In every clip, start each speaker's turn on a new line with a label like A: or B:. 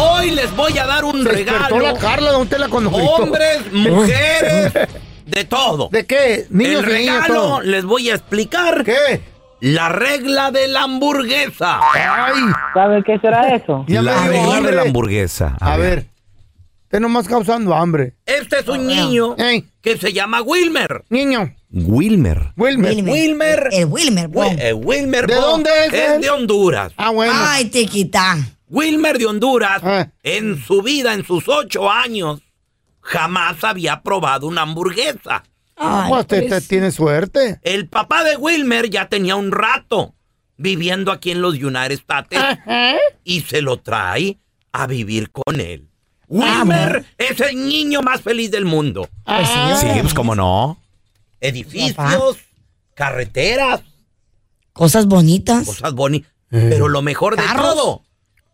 A: Hoy les voy a dar un
B: Se despertó
A: regalo.
B: la Carla, don Tela, cuando gritó.
A: Hombres, mujeres, de todo.
B: ¿De qué? Niños
A: El
B: y niñas,
A: regalo
B: todo.
A: les voy a explicar
B: ¿Qué?
A: la regla de la hamburguesa.
B: ¡Ay!
C: ¿Sabe qué será eso?
B: Ya me dio hambre.
A: hamburguesa.
B: A ver. Te nomás causando hambre.
A: Este es un niño
B: Ey.
A: que se llama Wilmer.
B: Niño,
A: Wilmer.
B: Wilmer.
A: Wilmer.
D: El Wilmer, wow.
A: Wi- eh, Wilmer.
B: ¿De
A: Bo-
B: dónde es él?
A: de Honduras.
B: Ah, bueno.
D: Ay, tiquita.
A: Wilmer de Honduras,
B: Ah.
A: en su vida, en sus ocho años, jamás había probado una hamburguesa.
D: Ay,
B: Pues te, te tienes suerte.
A: El papá de Wilmer ya tenía un rato viviendo aquí en los United States
B: Ah.
A: y se lo trae a vivir con él. Wilmer es el niño más feliz del mundo.
D: Ah, pues sí,
E: como no.
A: Edificios,
D: Papá.
A: carreteras,
D: Cosas bonitas.
A: cosas
B: Eh.
A: bonitas. Pero lo mejor de
D: Carros.
A: todo,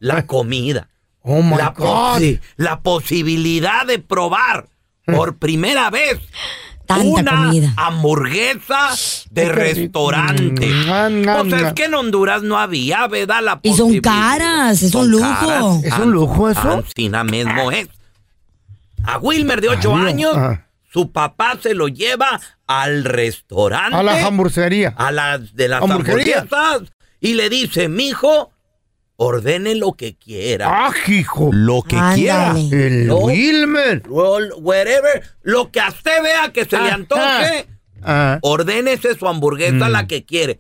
A: la comida.
B: Oh my
A: la,
B: God.
A: posi- la posibilidad de probar
B: Eh.
A: por primera vez
D: Tanta
A: una
D: comida.
A: hamburguesa de
B: Ay, qué rico.
A: restaurante.
B: Mm, ah, na,
A: O sea,
B: na.
A: es que en Honduras no había, ¿verdad? La
D: Y son
A: posibilidad.
D: caras, es un lujo.
A: Ah.
B: ¿Es un lujo eso?
A: Ancina mismo es. A Wilmer de 8
B: Ay,
A: años,
B: ah.
A: su papá se lo lleva al restaurante
B: A la hamburguesería.
A: a las de las
B: Hamburguería.
A: hamburguesas y le dice, mijo, ordene lo que quiera.
B: ¡Ah, hijo!
E: Lo
D: Ándale. pues,
B: El
A: No.
B: Wilmer.
A: Roll, wherever, lo que a usted vea que se le
B: Ajá.
A: antoje,
B: Ah. Mm.
A: ordénese su hamburguesa la que quiere.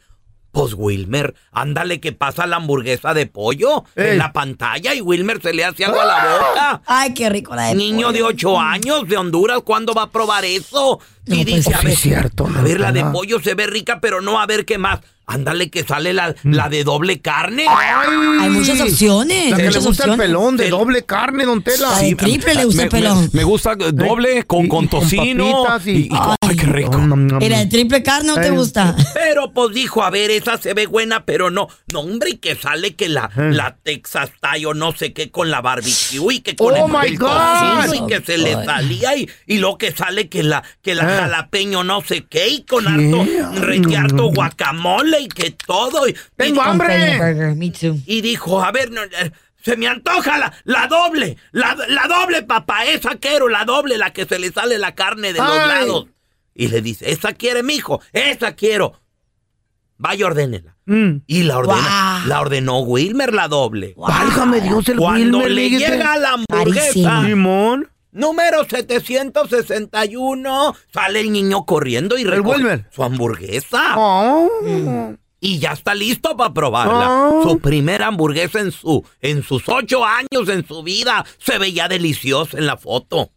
A: Pues Wilmer, ándale que pasa la hamburguesa de pollo
B: Ey.
A: en la pantalla y Wilmer se le hace algo a la boca.
D: Ay, qué rico la de
A: Niño de
D: pollo.
A: ocho años de Honduras, ¿cuándo va a probar eso?
D: No,
A: Y
D: pues,
A: dice, a
B: sí
A: ver,
B: es cierto,
A: a ver, la de
B: Montana.
A: pollo se ve rica, pero no, a ver qué más. Ándale que sale la, la de doble carne.
D: Hay muchas opciones.
B: Mm. La que le
D: muchas
B: gusta el
D: opciones.
B: pelón de
A: El-
B: doble carne, don Tela.
D: La de triple le gusta el pelón.
E: Me, gusta eh, doble con,
B: Y-
E: con
B: y con
E: tocino.
B: papitas y-
E: y- y con- ay, qué rico.
B: Nom, nom, nom.
D: ¿Y la de triple carne no te
B: Mm, Eh.
D: gusta?
A: Pero pues dijo, a ver, esa se ve buena, pero no. No, hombre, y que sale que la, la Texas Tayo no sé qué con la barbecue y que con
B: Oh,
A: el,
B: my
A: el
B: God.
A: tocino y que se
D: Oh,
A: le
D: God.
A: salía y, y luego que sale que la, que la
B: Ah.
A: jalapeño no sé qué y con harto, re- que harto guacamole y que todo. Y,
B: ¡Tengo
A: y-
D: Con
B: hambre!
D: Burger, me too.
A: y dijo, a ver, no, eh, se me antoja la, la doble, la, la doble, papá, esa quiero, la doble, la que se le sale la carne de los
B: Ay.
A: lados. Y le dice, esa quiere, mijo, esa quiero. Vaya, ordénela.
B: Mm.
A: Y la ordena,
D: Guau.
A: la ordenó Wilmer la doble.
B: ¡Válgame Dios el
A: Cuando
B: Wilmer!
A: le
B: fíjese.
A: llega la hamburguesa,
D: Carísimo.
B: Simón.
A: número 761, sale el niño corriendo y recoge
B: Wilmer?
A: su hamburguesa.
B: Oh.
A: y ya está listo para probarla.
B: Ah.
A: Su primera hamburguesa en, su, en sus ocho años, en su vida, se veía deliciosa en la foto.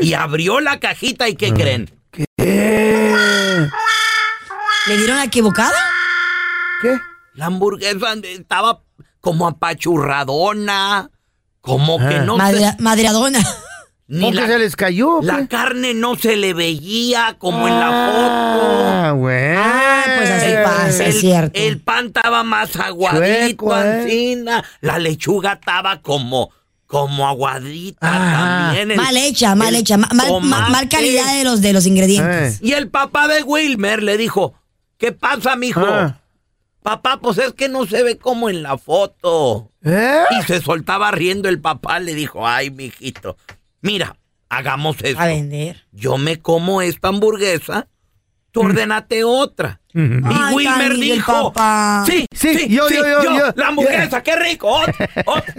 A: Y abrió la cajita y
B: Ah.
A: ¿qué creen? Eh,
D: ¿Le dieron la equivocada?
B: ¿Qué?
A: La hamburguesa estaba como apachurradona, como que
B: Ah.
A: no
D: Madre-
A: se...
D: Madreadona.
A: Ni
B: ¿Porque
A: la,
B: se les cayó? o
A: la
B: qué?
A: carne no se le veía como en la foto.
B: Ah, güey.
D: Ah, pues así pasa.
A: El,
D: es cierto.
A: el pan estaba más aguadito,
B: Chueco, ¿eh?
A: Ancina. La lechuga estaba como, como aguadita
B: Ajá.
A: también. El-
D: mal hecha, mal
A: el
D: hecha. ma- Mal, ma-
A: tomate.
D: mal calidad de los, de los ingredientes.
B: Eh.
A: Y el papá de Wilmer le dijo, ¿qué pasa, mijo?
B: Ah.
A: Papá, pues es que no se ve como en la foto.
B: ¿Eh?
A: Y se soltaba riendo el papá, le dijo, ay, mijito, mira, hagamos
D: A
A: esto.
D: vender.
A: Yo me como esta hamburguesa,
B: Mm.
A: tú ordenate otra.
B: Ujú.
A: Y
D: Ay,
A: Wilmer
D: Camila, el
A: dijo,
D: papá.
A: sí,
B: Mm-hmm. Sí,
A: sí,
B: yo,
A: sí,
B: yo, yo, yo.
A: la hamburguesa, qué rico, otra, otra".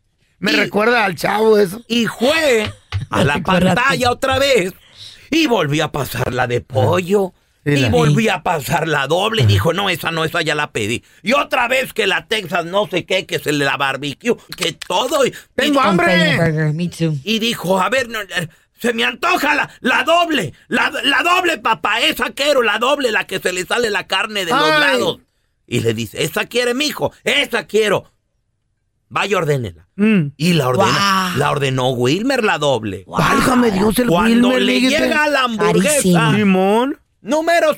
B: Me
A: Y-
B: recuerda al chavo eso.
A: Y fue a la
D: Chocolate.
A: pantalla otra vez y volvió a pasar la de pollo.
B: Y
A: Y
B: Ah. la-
A: volví a pasar la doble. Dijo, no, esa no, esa ya la pedí. Y otra vez que la Texas no sé qué, que se le la barbecue, que todo. Y,
B: ¡Tengo
D: Con Penny
B: hambre!
D: Burger, me too.
A: y dijo, a ver, no, eh, se me antoja la, la doble, la, la doble, papá, esa quiero, la doble, la que se le sale la carne de
B: Ay.
A: los lados. Y le dice, esa quiere, mijo, esa quiero. Vaya, ordénela.
B: Mm.
A: Y la ordena,
D: Guau.
A: la ordenó Wilmer la doble.
B: Válgame Dios, el
A: Cuando
B: Wilmer,
A: le
B: fíjate.
A: llega la hamburguesa,
D: Carísima.
B: Simón.
A: número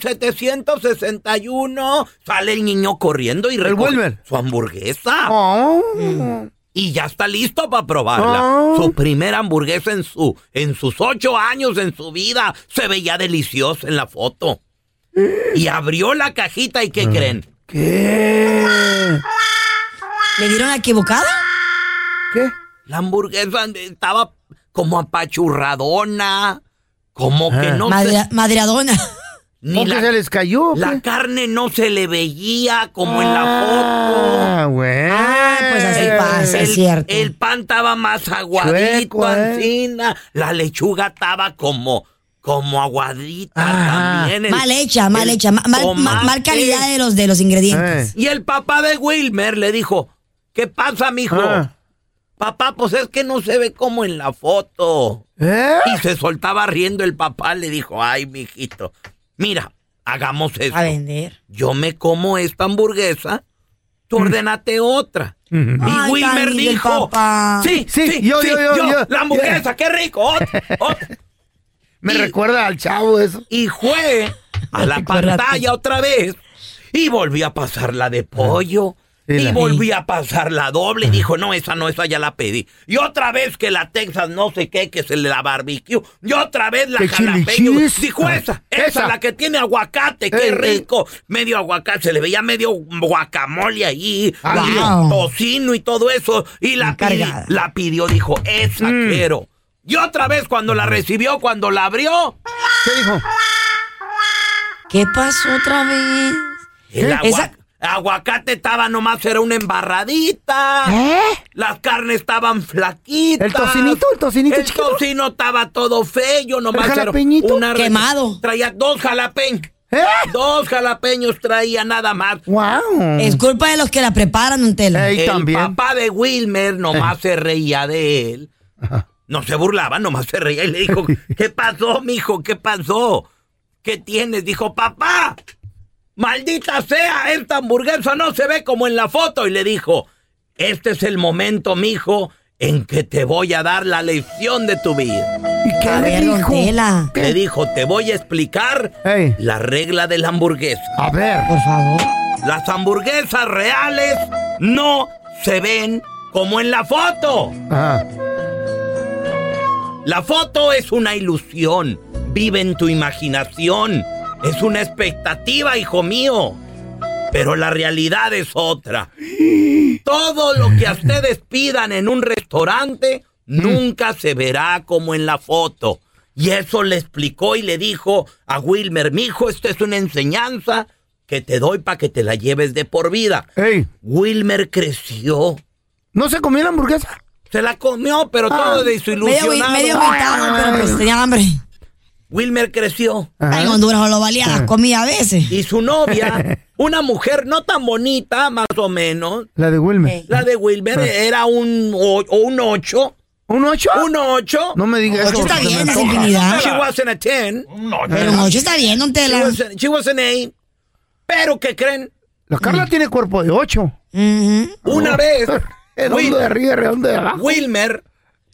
A: 761, sale el niño corriendo y recoge
B: Wilmer.
A: su hamburguesa.
B: Oh.
A: Y ya está listo para probarla.
B: Oh.
A: Su primera hamburguesa en, su, en sus ocho años, en su vida, se veía deliciosa en la foto. Y abrió la cajita y
B: Ah.
A: ¿qué creen?
B: ¿Qué?
D: ¿Le dieron la equivocada?
B: ¿Qué?
A: La hamburguesa estaba como apachurradona, como que
B: Ah.
A: no se...
D: Madre- Madreadona.
A: Ni
B: ¿Porque
A: la,
B: se les cayó? o
A: la
B: qué?
A: carne no se le veía como en la foto.
B: Ah, güey.
D: Ah, pues así pasa. es cierto.
A: el pan estaba más aguadito,
B: Chueco, ¿eh?
A: Ancina. La lechuga estaba como, como aguadita
B: Ajá.
A: también. El-
D: mal hecha, mal
A: el
D: hecha. ma- mal, ma-
A: tomate.
D: mal calidad de los, de los ingredientes.
B: Eh.
A: Y el papá de Wilmer le dijo, ¿qué pasa, mijo?
B: Ah.
A: Papá, pues es que no se ve como en la foto.
B: ¿Eh?
A: Y se soltaba riendo el papá, le dijo, ay, mijito, mira, hagamos esto.
D: A vender.
A: yo me como esta hamburguesa,
B: Mm.
A: tú ordenate otra.
B: Ujú.
A: Y
D: Ay,
A: Wilmer
D: Camila, el
A: dijo,
D: papá.
A: sí,
B: Ah. Sí,
A: sí,
B: yo,
A: sí,
B: yo, yo, yo.
A: la hamburguesa, qué rico, otra, otra".
B: Me
A: Y-
B: recuerda al chavo eso.
A: Y fue a la
D: Chocolate.
A: pantalla otra vez y volví a pasar la de pollo.
B: Y
A: Y,
B: Ah. la- Ah.
A: volví a pasar la doble. Dijo, no, esa no, esa ya la pedí. Y otra vez que la Texas no sé qué, que se le la barbecue. Y otra vez la
B: Que chili
A: jalapeño.
B: cheese.
A: Dijo, esa, esa,
B: Esa.
A: la que tiene aguacate, qué
B: Eh, eh.
A: rico. Medio aguacate, se le veía medio guacamole ahí.
B: Ah,
A: medio
D: wow.
A: Tocino y todo eso. Y la, pidi-
D: Encargada.
A: la pidió, dijo, esa
B: Mm.
A: quiero. Y otra vez cuando la recibió, cuando la abrió...
B: ¿Qué dijo?
D: ¿Qué pasó otra vez?
A: El agua-
D: Esa-
A: aguacate estaba nomás, era una embarradita. Las carnes estaban flaquitas.
B: ¿Eh? El tocinito, el tocinito
A: El
B: chiquito.
A: tocino estaba todo feo, nomás
B: ¿El
A: era
B: jalapeñito?
A: una-
D: Quemado.
A: Traía dos jalapeños.
B: ¿Eh?
A: Dos jalapeños traía nada más.
B: ¡Wow!
D: Es culpa de los que la preparan, don Tela.
B: Ey. Y
A: el
B: también. Eh.
A: papá de Wilmer nomás se reía de él. No se burlaba, nomás se reía y le dijo, ¿qué pasó, mijo? ¿Qué pasó? ¿Qué tienes? Dijo, papá, maldita sea, esta hamburguesa no se ve como en la foto. Y le dijo, este es el momento, mijo, en que te voy a dar la lección de tu vida.
B: ¿Y qué
D: A
B: le
D: ver, don
B: dijo?
D: Tela.
A: Le dijo, te voy a explicar
B: Ey.
A: la regla de la hamburguesa.
B: A ver.
D: Por favor.
A: Las hamburguesas reales no se ven como en la foto.
B: Ajá.
A: La foto es una ilusión. Vive en tu imaginación. Es una expectativa, hijo mío. Pero la realidad es otra. Todo lo que a ustedes pidan en un restaurante nunca se verá como en la foto. Y eso le explicó y le dijo a Wilmer, mijo, esta es una enseñanza que te doy para que te la lleves de por vida.
B: Ey,
A: Wilmer creció.
B: ¿no se comió la hamburguesa? Ah.
A: Se la comió, pero todo de su
D: Medio,
A: ilusionado.
D: gui- medio aguitado, pero pues tenía hambre.
A: Wilmer creció
B: Ajá.
D: Ahí en Honduras o lo valía, las comía a veces.
A: y su novia una mujer no tan bonita, más o menos. Eh.
B: La de Wilmer.
A: La de Wilber
B: Ah.
A: era un, o- o un 8.
B: ¿Un ocho?
A: Un 8.
B: No me digas eso.
D: Ocho está
B: porque se me
D: bien, es
B: antoja.
D: infinidad.
A: She wasn't a 10.
D: Pero un ocho está bien, don
A: She
D: Tela.
A: was, an- she was an 8. Pero, ¿qué creen?
B: La
D: Mm.
B: Carla tiene cuerpo de ocho.
D: Ujú.
A: Una vez,
B: Redondo de arriba, redondo de abajo.
A: Wilmer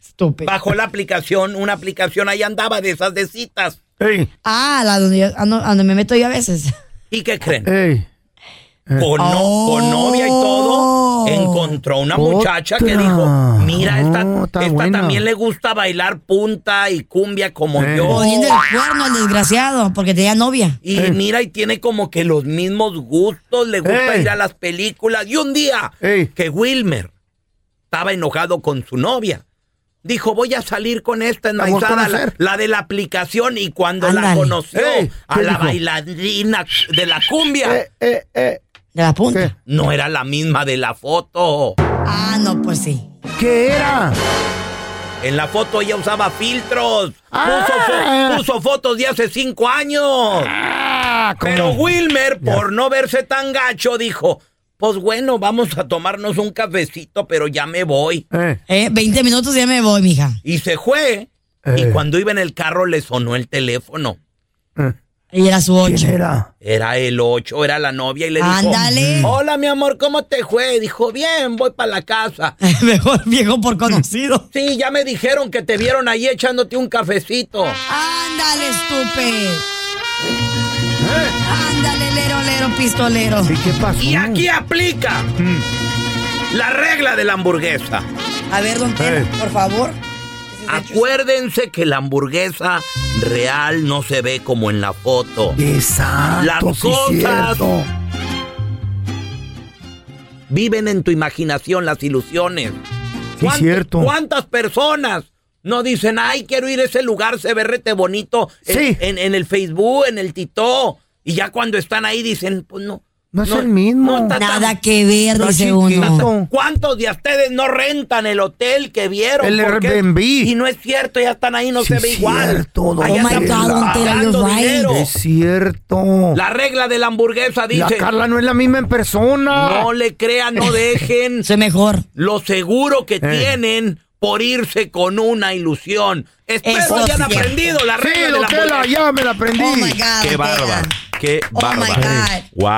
B: Estúpido.
A: bajó la aplicación, una aplicación ahí andaba de esas de citas.
B: Ey,
D: Ah, la donde, yo, a no- a donde me meto yo a veces.
B: Eh.
A: ¿Y qué creen?
B: ey.
A: Con, no-
D: Oh.
A: con novia y todo, encontró una muchacha que
B: ¡Oh! Otra.
A: dijo, mira, esta,
B: No, está
A: esta
B: buena.
A: también le gusta bailar punta y cumbia como
B: Eh.
A: yo.
D: Poniendo el cuerno al desgraciado, porque tenía novia.
A: Y mira, y tiene como que los mismos gustos, le gusta
B: Ey.
A: ir a las películas. Y un día
B: Ey.
A: que Wilmer estaba enojado con su novia, dijo, voy a salir con esta
B: voy a
A: enmaizada, la,
B: conocer.
A: la de la aplicación. Y cuando la
D: Ándale.
A: conoció
B: Ey,
A: a
B: ¿qué
A: la
B: dijo?
A: bailarina de la cumbia,
B: Eh, eh, eh.
D: De la punta.
B: ¿Qué?
A: no era la misma de la foto.
D: Ah, no, pues sí.
B: ¿Qué era?
A: En la foto ella usaba filtros, puso,
B: Ah.
A: fo- puso fotos de hace cinco años.
B: Ah, ¿cómo?
A: Pero Wilmer, por no verse tan gacho, dijo, pues bueno, vamos a tomarnos un cafecito, pero ya me voy.
B: Eh,
D: Eh, 20 minutos y ya me voy, mija.
A: Y se fue.
B: Eh.
A: Y cuando iba en el carro le sonó el teléfono.
B: eh.
D: Y era su
B: ¿Quién
D: ocho.
B: era?
A: Era el 8, era la novia y le dijo, "Mm,
D: Ándale.
A: hola mi amor, ¿cómo te fue? Dijo, bien, voy para la casa.
D: Mejor viejo por conocido.
A: Sí, ya me dijeron que te vieron ahí echándote un cafecito.
D: Ándale, estúpido.
B: Eh.
D: Ándale, lero, lero, pistolero.
B: ¿Y qué pasó? Hmm.
A: Y aquí aplica la regla de la hamburguesa.
D: A ver, don Tela,
B: Eh.
D: por favor.
A: Acuérdense que la hamburguesa real no se ve como en la foto.
B: Exacto,
A: Las
B: sí,
A: cosas.
B: cierto.
A: Viven en tu imaginación las ilusiones.
B: Sí,
A: ¿Cuán-
B: cierto.
A: ¿Cuántas personas no dicen, ay, quiero ir a ese lugar, se ve rete bonito en,
B: Sí.
A: en- en el Facebook, en el Tito? Y ya cuando están ahí dicen, pues no.
B: No es el mismo.
A: está tan-
D: Nada que ver,
B: Está
D: dice
B: chiquito.
D: uno.
A: ¿Cuántos de ustedes no rentan el hotel que vieron?
B: El
A: ¿Por qué?
B: Airbnb.
A: Y no es cierto, ya están ahí, no
B: Sí,
A: se ve igual.
B: cierto, don
A: Allá
D: Oh my
A: están
D: God, don Tela,
A: pagando
D: you're right.
A: dinero.
B: Es cierto.
A: La regla de la hamburguesa
B: La
A: dice,
B: Carla no es la misma en persona.
A: no le crean, no dejen
D: Soy mejor.
A: lo seguro
B: Eh.
A: que tienen por irse con una ilusión. Espero
D: Eso
A: que
D: es
A: han
D: cierto.
A: aprendido la
B: sí,
A: regla de
B: don
A: la
B: Tela,
A: hamburguesa.
B: ya me la aprendí.
D: Oh my God.
E: Qué
D: don
E: bárbara.
D: Tela.
E: Qué
D: Oh my
E: bárbara. Wow.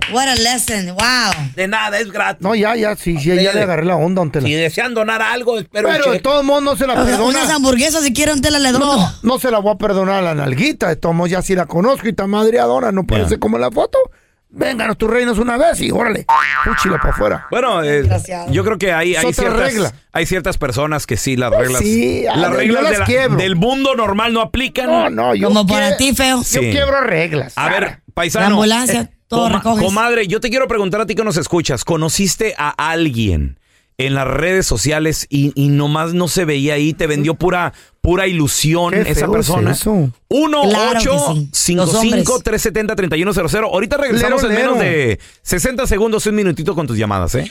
D: God. What a lesson. Wow.
A: De nada, es gratis.
B: No, ya, ya, sí, sí, ya le agarré la onda, don Tela.
A: Si desean donar algo, espero
B: Pero de
A: que...
B: todos modos no se la
D: Unas
B: perdona.
D: hamburguesas, si quieren, Tela, le doy.
B: No se la voy a perdonar a la nalguita. De todos modos, ya si la conozco y está madreadora, no parece como en la foto. Vénganos tus reinos una vez y órale. Puchila para afuera.
E: Bueno, eh,
D: Desgraciado.
E: yo creo que hay,
B: Es
E: hay,
B: otra
E: ciertas,
B: regla.
E: hay ciertas personas que sí, las reglas,
B: sí, ah,
E: las
B: yo
E: reglas
B: las
E: de la-
B: quiebro.
E: del mundo normal no aplican.
B: No, no, yo.
D: Como
B: quie-
D: para ti, feo.
B: Yo
E: Sí.
B: quiebro reglas.
E: A ver,
D: La
E: paisano. eh,
D: ambulancia, todo
E: coma-
D: recoges.
E: comadre, yo te quiero preguntar a ti que nos escuchas. ¿Conociste a alguien en las redes sociales y, y nomás no se veía ahí? ¿Te vendió pura, pura ilusión
B: Qué
E: esa
B: feo
E: persona?
B: es eso.
E: 1
D: Claro que
E: 8
D: sí. Los hombres.
E: 370 3100 Ahorita regresamos
B: Lero,
E: en menos
B: lero.
E: de 60 segundos, un minutito con tus llamadas, ¿eh?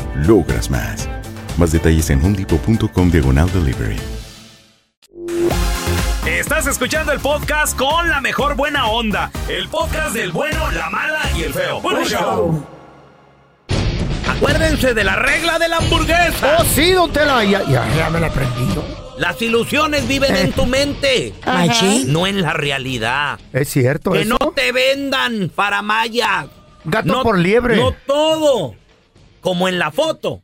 C: logras más. Más detalles en homedepot.com diagonal delivery.
E: Estás escuchando el podcast con la mejor buena onda. El podcast del bueno, la mala y el feo. Bueno, show.
A: Acuérdense de la regla de la hamburguesa.
B: Oh, sí, don Tela, ya, ya, ya me la aprendí. ¿no?
A: Las ilusiones viven en tu mente.
B: Ay, sí.
A: No en la realidad.
B: Es cierto
A: Que
B: eso.
A: no te vendan para maya.
B: Gato por liebre.
A: No todo. Como en la foto.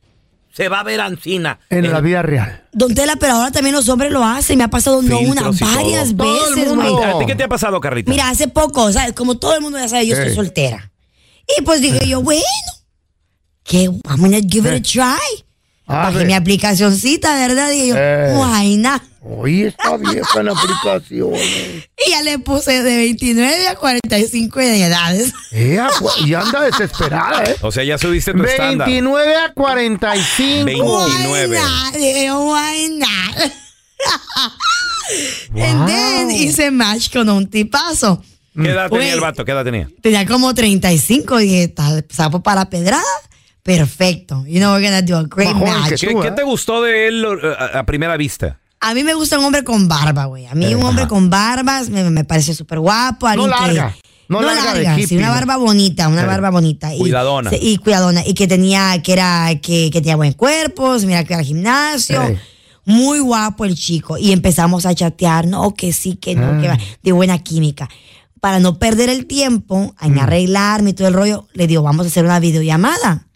A: Se va a ver Ancina.
B: En la vida real.
D: Don Tela, pero ahora también los hombres lo hacen. Me ha pasado no una,
E: Filtros y todo.
D: varias
B: Todo el
D: veces,
B: mundo.
D: güey.
E: ¿A ti qué te ha pasado, Carlita?
D: Mira, hace poco, ¿sabes? Como todo el mundo ya sabe, yo
B: Ey.
D: soy soltera. Y pues dije yo, bueno, que I'm gonna give it a try.
B: A
D: Bajé
B: ver.
D: mi aplicacioncita, ¿verdad? Dije yo,
B: Ey.
D: guayna.
B: Oye, está vieja en aplicaciones.
D: Y ya le puse de 29 a 45 de edades.
B: Ea, cu- y anda desesperada, ¿eh?
E: O sea, ya subiste tu estándar.
B: 29 a 45.
E: 29.
D: Guayna. Dije yo, guayna. And then hice match con un tipazo.
E: ¿Qué edad tenía
D: Güey.
E: el vato? ¿Qué edad tenía?
D: Tenía como 35 y está sapo para pedrada. Perfecto. You know, we're gonna do a great
B: Más joven
D: match.
B: que
E: ¿Qué,
B: Tú,
E: qué
B: ¿eh?
E: te gustó de él eh, a, a primera vista?
D: A mí me gusta un hombre con barba, güey. A mí un hombre con barbas me, me parece súper guapo. alguien que-
B: larga. No larga de hippie,
D: sí, una
B: ¿no?
D: barba bonita, una
B: Eh.
D: barba bonita. Y-
E: Cuidadona.
D: sí, Y, cuidadona. Y que tenía, que era, que, que tenía buen cuerpo, se mira que era al gimnasio.
B: Eh.
D: Muy guapo el chico. Y empezamos a chatear, no, que sí, que no, que va. De buena química. Para no perder el tiempo en arreglarme y todo el rollo, le digo, vamos a hacer una videollamada.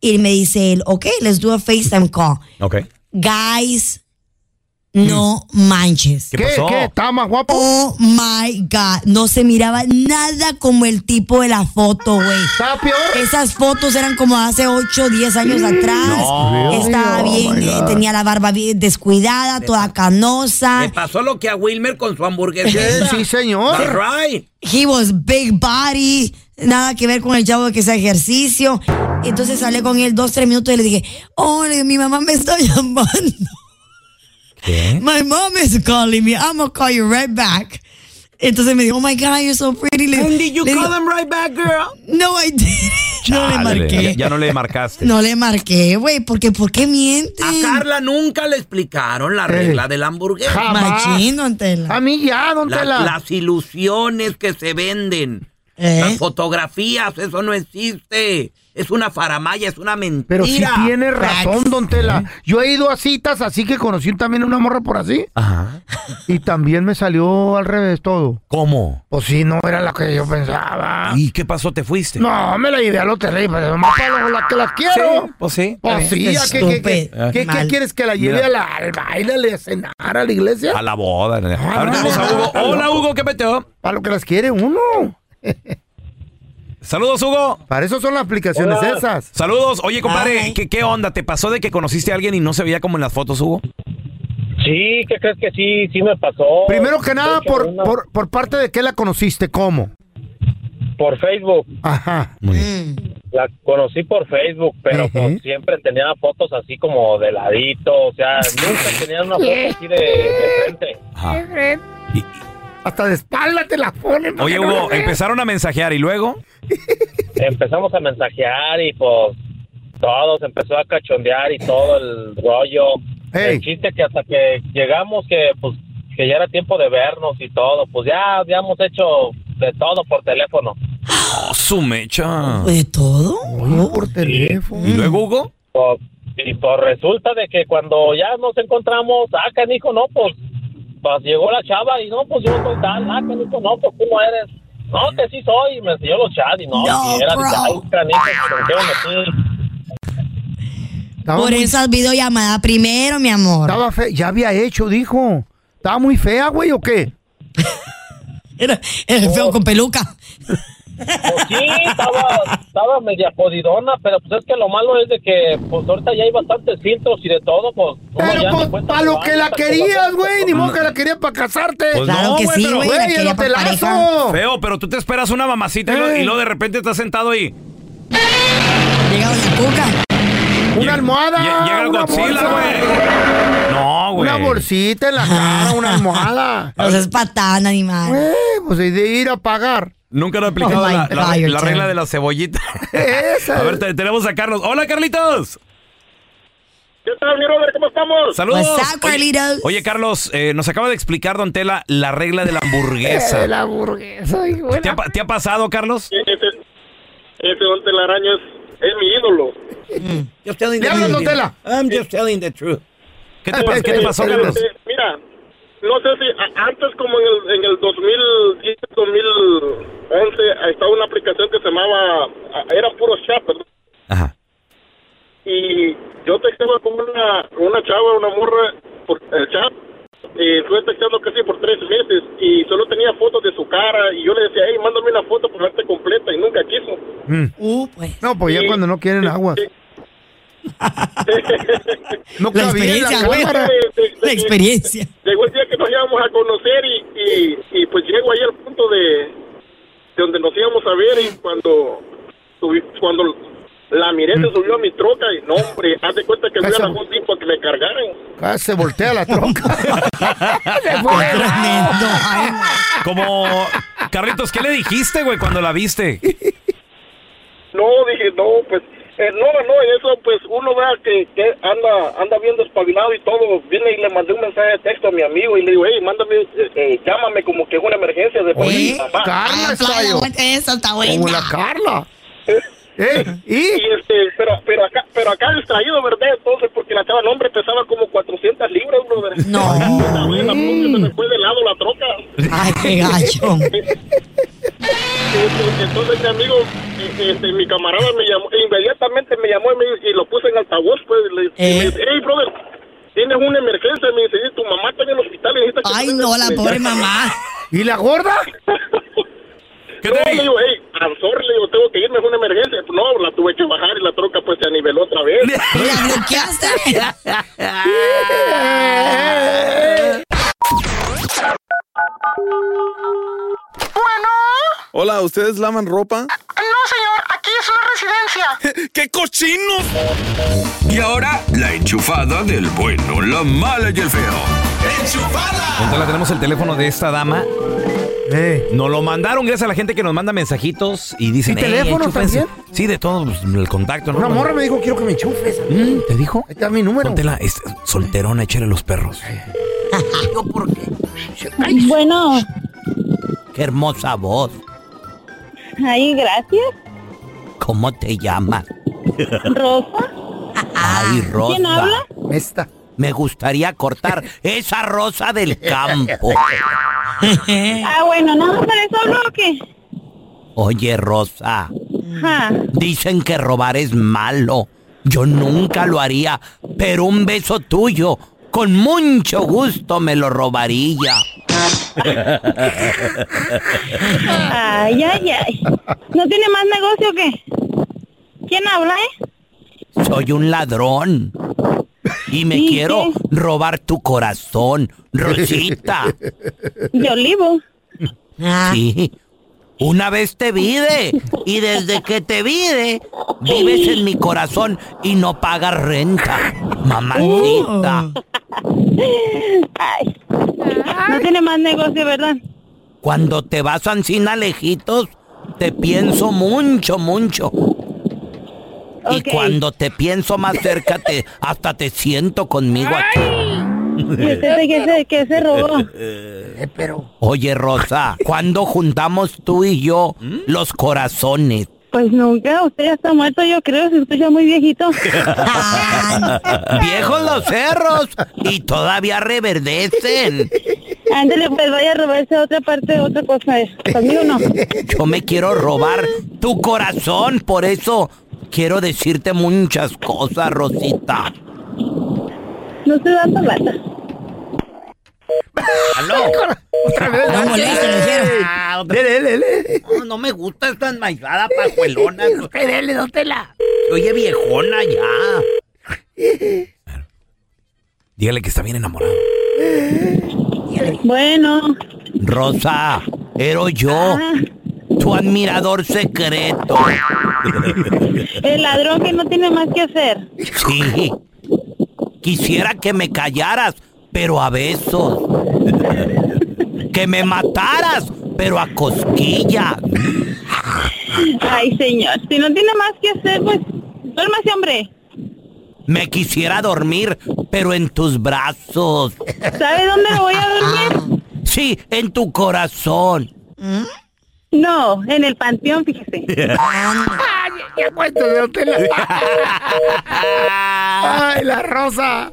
D: Y me dice él, ok, let's do a FaceTime call.
E: Ok.
D: Guys,
A: Mm.
D: no manches.
E: ¿Qué,
B: ¿Qué,
E: pasó?
B: ¿Qué? ¿Está más guapo?
D: Oh my God. No se miraba nada como el tipo de la foto, güey.
B: ¿Está peor?
D: Esas fotos eran como hace 8, 10 años atrás.
E: No.
D: Estaba
B: Really? Oh,
D: bien,
B: my
D: eh,
B: God.
D: tenía la barba bien descuidada, toda
A: Me
D: canosa.
A: pasó lo que a Wilmer con su hamburguesa.
B: Sí, señor.
A: That's right.
D: He was big body. Nada que ver con el chavo que hace ejercicio. Entonces hablé con él dos, tres minutos y le dije, oh, le digo, mi mamá me está llamando.
E: ¿Qué?
D: My mom is calling me. I'm gonna call you right back. Entonces me dijo, oh my God, you're so pretty. Le,
A: And did you
D: le
A: call
D: digo,
A: them right back, girl?
D: No, I didn't. no le
E: Chale,
D: marqué.
E: Ya, ya no le marcaste.
D: No le marqué, güey, porque ¿por qué miente?
A: A Carla nunca le explicaron la regla de la hamburguesa.
B: Jamás.
D: Machín, don Tela.
B: A mí ya, don
A: La-
B: Tela.
A: las ilusiones que se venden.
D: ¿Eh?
A: Las fotografías, eso no existe. Es una faramaya, es una mentira.
B: Pero sí tiene
D: Facts.
B: razón, don Tela.
E: ¿Eh?
B: Yo he ido a citas así que conocí también una morra por así.
E: Ajá.
B: Y también me salió al revés todo.
E: ¿Cómo?
B: Pues sí, no era la que yo pensaba.
E: ¿Y qué pasó? ¿Te fuiste?
B: No, me la llevé al hotel y pues nomás para las que las
E: Sí,
B: quiero.
E: pues sí.
B: Pues sí, ¿a qué, qué, qué-
D: Estúpido.
B: qué- qué
D: Mal.
B: quieres que la lleve
E: Mira.
B: a la, al baile, a la- a cenar, a la iglesia? Ah,
E: A la boda. Ahora
B: no,
E: tenemos a
B: no,
E: Hugo.
B: no, no.
E: Hola, Hugo, ¿qué peteo?
B: Para lo que las quiere uno.
E: Saludos, Hugo.
B: Para eso son las aplicaciones esas.
E: Saludos. Oye, compadre,
D: Ay.
E: ¿qué, ¿qué onda? ¿Te pasó de que conociste a alguien y no se veía como en las fotos, Hugo?
F: Sí, ¿qué crees que sí? Sí me pasó.
B: Primero que nada,
F: De hecho,
B: por,
F: una-
B: por, por parte de qué la conociste, ¿cómo?
F: por Facebook.
B: Ajá.
D: Mm.
F: La conocí por Facebook, pero
B: Ajá.
F: pues, siempre tenía fotos así como de ladito. O sea, nunca tenía una foto así de, de frente.
E: Ajá. Y- y-
B: Hasta de espalda te la ponen. para
E: oye,
B: que no la
E: Hugo,
B: veas.
E: empezaron a mensajear y luego.
F: Empezamos a mensajear y pues todos empezó a cachondear y todo el rollo.
B: Ey.
F: El chiste que hasta que llegamos que pues que ya era tiempo de vernos y todo, pues ya habíamos hecho de todo por teléfono.
E: Oh, su mecha.
D: ¿De todo?
B: Oye, por teléfono.
E: ¿Y luego, Hugo?
F: Pues, y pues resulta de que cuando ya nos encontramos, ah, canijo, no, pues, pues llegó la chava y no, pues yo soy tal, ah, canijo, no, pues tú no eres. No, que sí soy, y me enseñó los chats y no,
D: No,
F: si era
D: bro.
F: tal, canijo, ¿por qué me metí?
B: Estaba,
D: Por
B: muy-
D: esas videollamadas primero, mi amor.
B: estaba fe- ya había hecho, dijo. ¿Estaba muy fea, güey, o qué?
D: Era, era el feo con peluca.
F: Pues sí, estaba, estaba media jodidona, pero pues es que lo malo es de que, pues ahorita ya hay bastantes filtros y de todo, pues. uno ya
B: Pero
F: se
B: pues,
F: cuenta
B: para lo
F: con
B: que la
F: varias
B: querías,
F: cosas.
B: güey, ni modo que la querías para casarte.
E: Pues
D: Claro
E: no,
D: que
E: güey,
D: sí,
E: pero,
D: güey.
B: Güey,
D: la
B: el
D: quería por pareja.
B: hotelazo.
E: Feo, pero tú te esperas una mamacita y lo-
B: Ey.
E: y luego de repente estás sentado y.
D: Llega doña Cuca.
B: Una almohada.
E: Lle- Llega el
B: una
E: Godzilla,
B: bolsa,
E: güey. No, güey.
B: Una bolsita en la cara, una almohada.
D: No seas patán, animal.
B: Güey, pues y de ir a pagar.
E: Nunca lo he aplicado
D: Oh my
E: la, la-
D: God, you're
E: la regla
D: terrible.
E: de la cebollita.
B: Esa.
E: a ver, te- tenemos a Carlos. Hola, Carlitos.
G: ¿Qué tal, mi brother? ¿Cómo estamos?
E: Saludos. Oye- Oye, Carlos, eh, nos acaba de explicar Don Tela la regla de la hamburguesa.
G: De la hamburguesa,
E: ¿Te ha, pa- te ha pasado, Carlos?
G: Ese, ese don telaraño es, es mi ídolo. Mm.
A: Just telling
G: Le
A: the
G: hablan,
A: truth.
G: don Tela.
A: I'm just telling the truth.
E: ¿Qué
A: te,
G: Este, este, Mira, no sé si a- antes como en el, en el 2010, 2011, estaba una aplicación que se llamaba, a- era puro chat, ¿verdad? Y yo texteaba con una, una chava, una morra, por el chat, y estuve texteando casi por tres meses, y solo tenía fotos de su cara, y yo le decía, hey, mándame una foto para verte completa, y nunca quiso.
B: Mm.
D: Uh,
B: No, pues ya cuando no quieren aguas. No
G: La
B: cabía en la
G: experiencia, güey.
B: cámara.
G: La experiencia. Llegó el día que nos íbamos a conocer y, y, y pues llego ahí al punto de, de donde nos íbamos a ver y cuando, subi- cuando la miré se subió a mi troca y no, hombre, haz de cuenta que fui a la Home Depot a que me cargaran.
B: Ah, se voltea la troca.
E: pues,
G: Se fue.
E: Como, Carlitos, ¿qué le dijiste, güey, cuando la viste?
G: No, dije, no, pues, eh, no, no, en eso, pues, uno vea que, que anda anda bien despabilado y todo. Vine y le mandé un mensaje de texto a mi amigo y le digo, hey, mándame, eh, eh, llámame como que es una emergencia de
B: Oye, Carla está yo.
D: Eso está buena.
B: Como la Carla.
G: ¿Y? este, pero, pero acá, pero acá distraído, ¿verdad? Entonces, porque la chava, el hombre pesaba como 400 libras, brother. No. se me fue de lado la troca.
D: Ay, qué gacho.
G: Este, Entonces, mi amigo, eh, este, mi camarada me llamó, e inmediatamente me llamó y, me, dice- y lo puse en altavoz, pues, y le, y me dice, hey, brother, tienes una emergencia, me dice, "y tu mamá está en el hospital y necesita que... Ay, no, la pobre
D: mamá.
B: ¿Y la gorda?
G: ¿Qué no, le digo, hey, I'm sorry, le digo, tengo que irme, es una emergencia. Pues, No, la tuve que bajar y la troca pues se aniveló otra vez.
D: ¿La bloqueaste?
H: Bueno,
I: Hola, ¿ustedes lavan ropa?
H: no señor, aquí es una residencia.
I: ¡Qué cochinos!
J: Y ahora, la enchufada del bueno, la mala y el feo.
E: Entonces tenemos el teléfono de esta dama. Nos lo mandaron gracias a la gente que nos manda mensajitos y dicen...
B: Eh. ¿Y
E: "Ey,
B: teléfonos
E: enchúfense".
B: también?
E: Sí, de todo pues, el contacto. ¿no?
B: Una morra me dijo, quiero que me enchufes.
E: ¿Te dijo?
B: Ahí está mi número.
E: Póntela, es este, solterona, échale los perros.
K: Bueno,
A: Qué hermosa voz.
K: ay, gracias.
A: ¿Cómo te llamas?
K: Rosa. Ah,
A: Ay, Rosa.
K: ¿Quién habla?
B: Esta.
A: Me gustaría cortar esa rosa del campo.
J: Eh.
K: Ah, bueno, nada más eso hablo o qué?
A: Oye, Rosa,
K: Ah,
A: dicen que robar es malo. Yo nunca lo haría, pero un beso tuyo, con mucho gusto me lo robaría.
K: Ay, ay, ay. ¿No tiene más negocio o qué? ¿Quién habla, eh?
A: Soy un ladrón. Y me
K: ¿Y
A: quiero robar tu corazón, Rosita.
K: Yo olivo.
J: Ah.
A: Sí. Una vez te vide y desde que te vide vives en mi corazón y no pagas renta, mamacita.
K: Ay. No tiene más negocio, ¿verdad?
A: Cuando te vas a Ancina lejitos, te pienso mucho, mucho. Y
K: Ok.
A: cuando te pienso más cerca, te, hasta te siento conmigo
K: ¿Y
J: Eh.
K: usted
A: aquí.
K: de qué Este, se, qué se robó?
A: Eh, Oye, Rosa, ¿cuándo juntamos tú y yo los corazones?
K: Pues nunca, usted ya está muerto, yo creo, se escucha muy viejito.
A: Viejos los cerros y todavía reverdecen.
K: Ándale, pues vaya a robarse a otra parte, otra cosa. eh, ¿Conmigo no?
A: Yo me quiero robar tu corazón, por eso quiero decirte muchas cosas, Rosita.
K: No estoy dando lata.
A: ¿Aló?
B: Otra vez.
A: No molesta, lo dijeron.
B: Ah, otra- Dele, dele, dele.
A: No, no me gusta esta enmaizada pajuelona.
B: Dele, dótela.
A: Oye, viejona ya.
E: Dígale que está bien enamorado.
K: Bueno,
A: Rosa, ero yo,
B: Ah.
A: tu admirador secreto.
K: el ladrón que no tiene más que hacer.
A: Sí. Quisiera que me callaras, pero a besos. Que me mataras, pero a cosquillas.
K: Ay, señor, si no tiene más que hacer, pues duérmase, hombre.
A: Me quisiera dormir, pero en tus brazos.
K: ¿Sabe dónde me voy a dormir?
A: Sí, en tu corazón.
K: No, en el panteón, fíjese.
B: ¡Ay, qué puesto de hotel! ¡Ay, la rosa!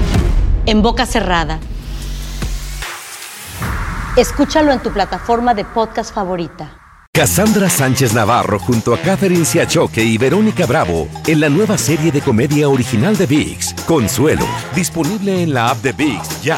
L: En boca cerrada. Escúchalo en tu plataforma de podcast favorita.
M: Cassandra Sánchez Navarro junto a Catherine Siachoque y Verónica Bravo en la nueva serie de comedia original de VIX, Consuelo, disponible en la app de VIX ya.